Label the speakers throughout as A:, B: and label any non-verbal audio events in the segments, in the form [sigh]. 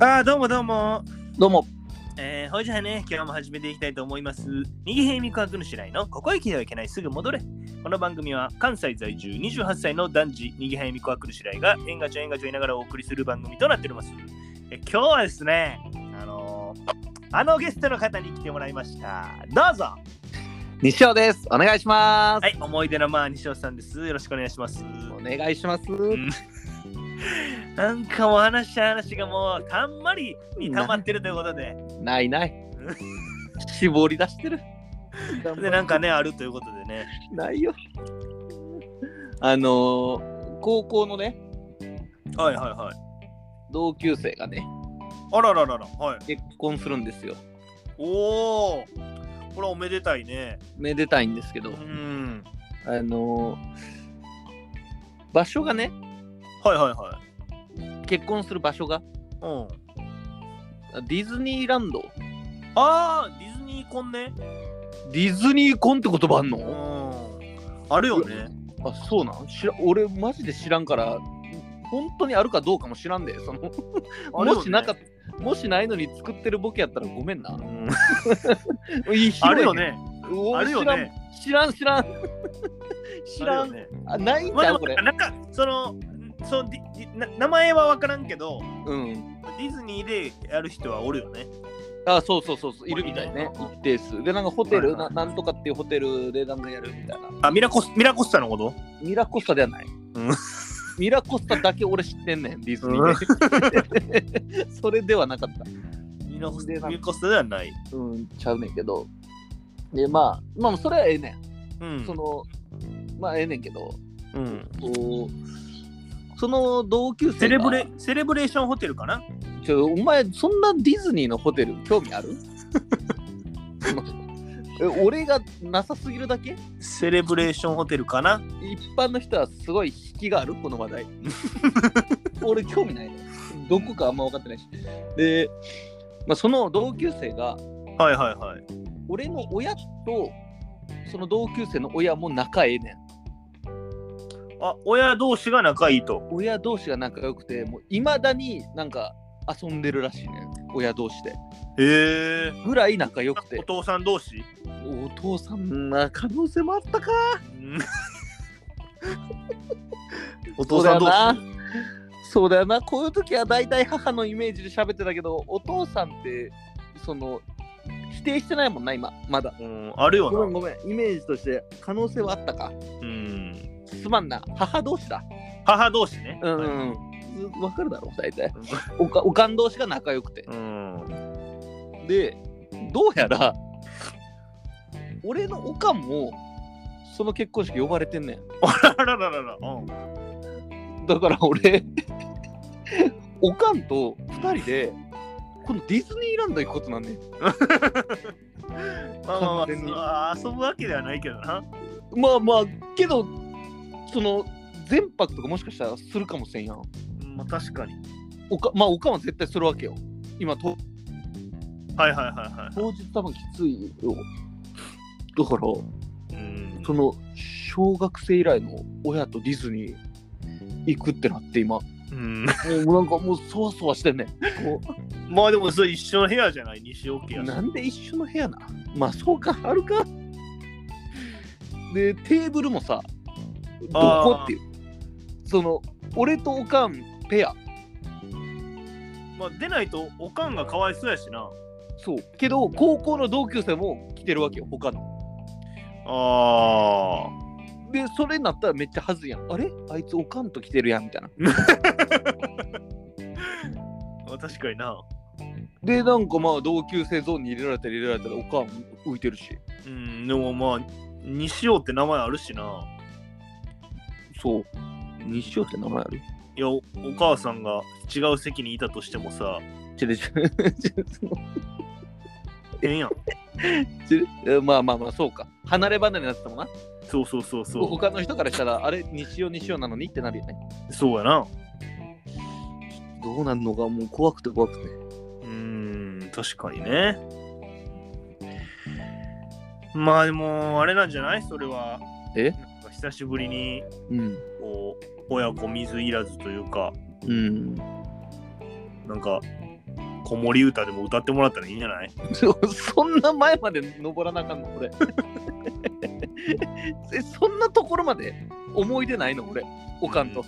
A: ああ、どうもどうも。
B: どうも、
A: えー、ほいじゃあね、今日も始めていきたいと思います。右平みくはくぬしらいの、ここへ来てはいけない、すぐ戻れ。この番組は、関西在住28歳の男児、右平みくはくぬしらいが、えんがちょえんがちょ言いながらお送りする番組となっております。え今日はですね、あのー、あのゲストの方に来てもらいました。どうぞ
B: 西尾です。お願いします。
A: はい、思い出のまあ西尾さんです。よろしくお願いします。
B: お願いします。
A: なんかもう話した話がもう、たんまりに溜まってるということで、
B: ないない。絞り出してる。
A: [laughs] で、なんかね、あるということでね。
B: ないよ。あのー高校のね、
A: はいはいはい。
B: 同級生がね、
A: あらららら、はい。
B: 結婚するんですよ。
A: おお、これはおめでたいね。
B: めでたいんですけど
A: う、ん。
B: あのー場所がね、
A: はいはいは
B: 結婚する場所が
A: い。うん。
B: ディズニーランド。
A: ああ、ディズニーコンね。
B: ディズニーコンって言葉あん
A: う
B: の
A: ん。あるよね。
B: あ、そうなん知ら俺マジで知らんから、本当にあるかどうかも知らんで、その。
A: あるよね
B: もしなかっもしないのに作ってるボケやったらごめんな。
A: うん
B: いい広い
A: あるよ。ね。
B: お
A: あるよね。
B: 知らん知らん
A: あ
B: 知らん。知らん
A: るよね。
B: あないん
A: まあで
B: だよ
A: も
B: これ。
A: なんか、その、そのディディな名前はわからんけど、
B: うん。
A: ディズニーでやる人はおるよね。
B: あそうそうそうそういるみたいね。一定数でなんかホテル
A: はいは
B: ないなんとかっていうホテルでなんかやるみたいな。
A: あ、ミラコスミラコスタのこと
B: ミラコスタではない。
A: うん
B: [laughs] ミラコスタだけ俺知って
A: [laughs]
B: んねんディズニーで。 [laughs] それではなかった。
A: ミラコス
B: でなん
A: ミラコスタではない。
B: うんちゃうねんけど。でまあまあそれはええね
A: うん
B: ん。そのまあええねんけど。
A: うん。
B: こうその同級生が
A: セレブレセレブレーションホテルかな
B: ちょお前そんなディズニーのホテル興味
A: [laughs]
B: あるえ俺がなさすぎるだけ
A: セレブレーションホテルかな
B: 一般の人はすごい引きがあるこの話
A: [laughs]
B: 題俺興味ないねどこかあんま分かってないしで、まあ、その同級生が
A: はいはいはい。
B: 俺の親とその同級生の親も仲ええねん
A: あ、親同士が仲いいと。
B: 親同士が仲良くてもういまだになんか遊んでるらしいねん親同士で
A: へえ。
B: ぐらい仲良くて
A: お父さん同士
B: お父さんな可能性もあったか
A: [laughs] お父さん同士
B: そうだよそうだよなこういう時は大体母のイメージで喋ってたけどお父さんってその否定してないもんな今まだ
A: うん、あるよ
B: ごめん
A: な。
B: ごめんイメージとして可能性はあったか
A: うん。
B: すまんな母同士だ
A: 母同士ね。
B: うん、
A: はい
B: ずわかるだろ大体おかおかん同士が仲良くて
A: うん。 [laughs]
B: でどうやら俺のおかんもその結婚式呼ばれてんねん
A: あららららら。うん。
B: だから俺おかんと2人でこのディズニーランド行くことなんねん
A: まあまあまあ
B: 完全に
A: そうあ、遊ぶわけではないけどな。
B: まあまあけどその全泊とかもしかしたらするかもしれんやん
A: まあ確かに。
B: おかまあおかんは絶対するわけよ今と
A: はいはいはいはい。
B: 当日多分きついよだから
A: うん
B: その小学生以来の親とディズニー行くってなって今も
A: うん、 [laughs]
B: うなんかもうそわそわしてんねんこう
A: まあでもそれ一緒の部屋じゃない西尾家やし
B: なんで一緒の部屋なまあそうかあるかでテーブルもさどこっていうその俺とおかんペア
A: まあ出ないとおかんがかわいそうやしな
B: そうけど高校の同級生も来てるわけよ他の
A: あ
B: でそれになったらめっちゃはずいやんあれあいつおかんと来てるやんみたいな
A: あ確かにな
B: でなんかまあ同級生ゾーンに入れられたら入れられたらおかん浮いてるし
A: うんでもまあ西尾って名前あるしな
B: そう西尾って名前ある
A: いやおお母さんが違う席にいたとしてもさ
B: ちょ [laughs] れちょれちょれその
A: ええやん
B: ちょれえまあまあまあそう [laughs] か離れ離れになってたもんな
A: そうそうそうそ
B: 他の人からしたらあれ西尾西尾なのにってなるよね
A: うそうやな
B: どうなんのかもう怖くて怖くて
A: うん確かにねまあでもあれなんじゃないそれは
B: え
A: なんか久しぶりに
B: うん
A: こう親子水いらずというか
B: うん
A: なんか子守歌でも歌ってもらったらいいんじゃない
B: そ [laughs] そんな前まで登らなあかんの俺 [laughs] えそんなところまで思い出ないの俺おかんと、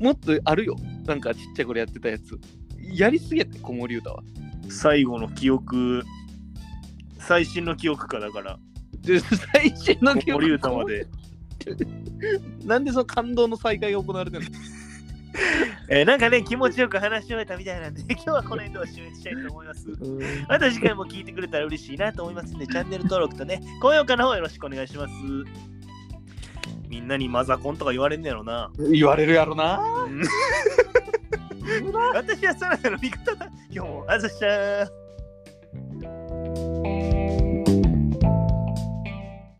B: もっとあるよなんかちっちゃい頃やってたやつやりすぎやって子守歌は
A: 最後の記憶、最新の記憶かだから、
B: で最新の
A: 子守歌まで。
B: なんでその感動の再会が行われてるの
A: えーなんかね、気持ちよく話し終えたみたいなんで、 [laughs] 今日はこの辺でお終了したいと思います。また次回も聞いてくれたら嬉しいなと思いますので、チャンネル登録とね、高評価の方よろしくお願いします。みんなにマザコンとか言われんねやろな。
B: 言われるやろな
A: 私はそらの味方だ。今日もあざっした
C: 「
A: ー。
C: えがおの花が咲いた」